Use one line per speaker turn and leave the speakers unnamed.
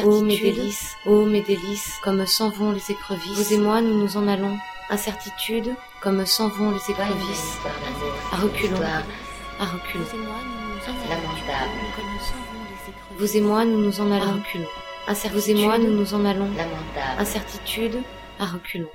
incertitude, ô mes délices, comme s'en vont les écrevisses. Vous et moi, nous nous en allons, incertitude, comme s'en vont les écrevisses. À reculons, à reculons.
Lamentable.
Vous et moi, nous nous en allons, reculons. Incertitude, vous et moi, nous nous en allons,
Lamentable.
incertitude, à reculons.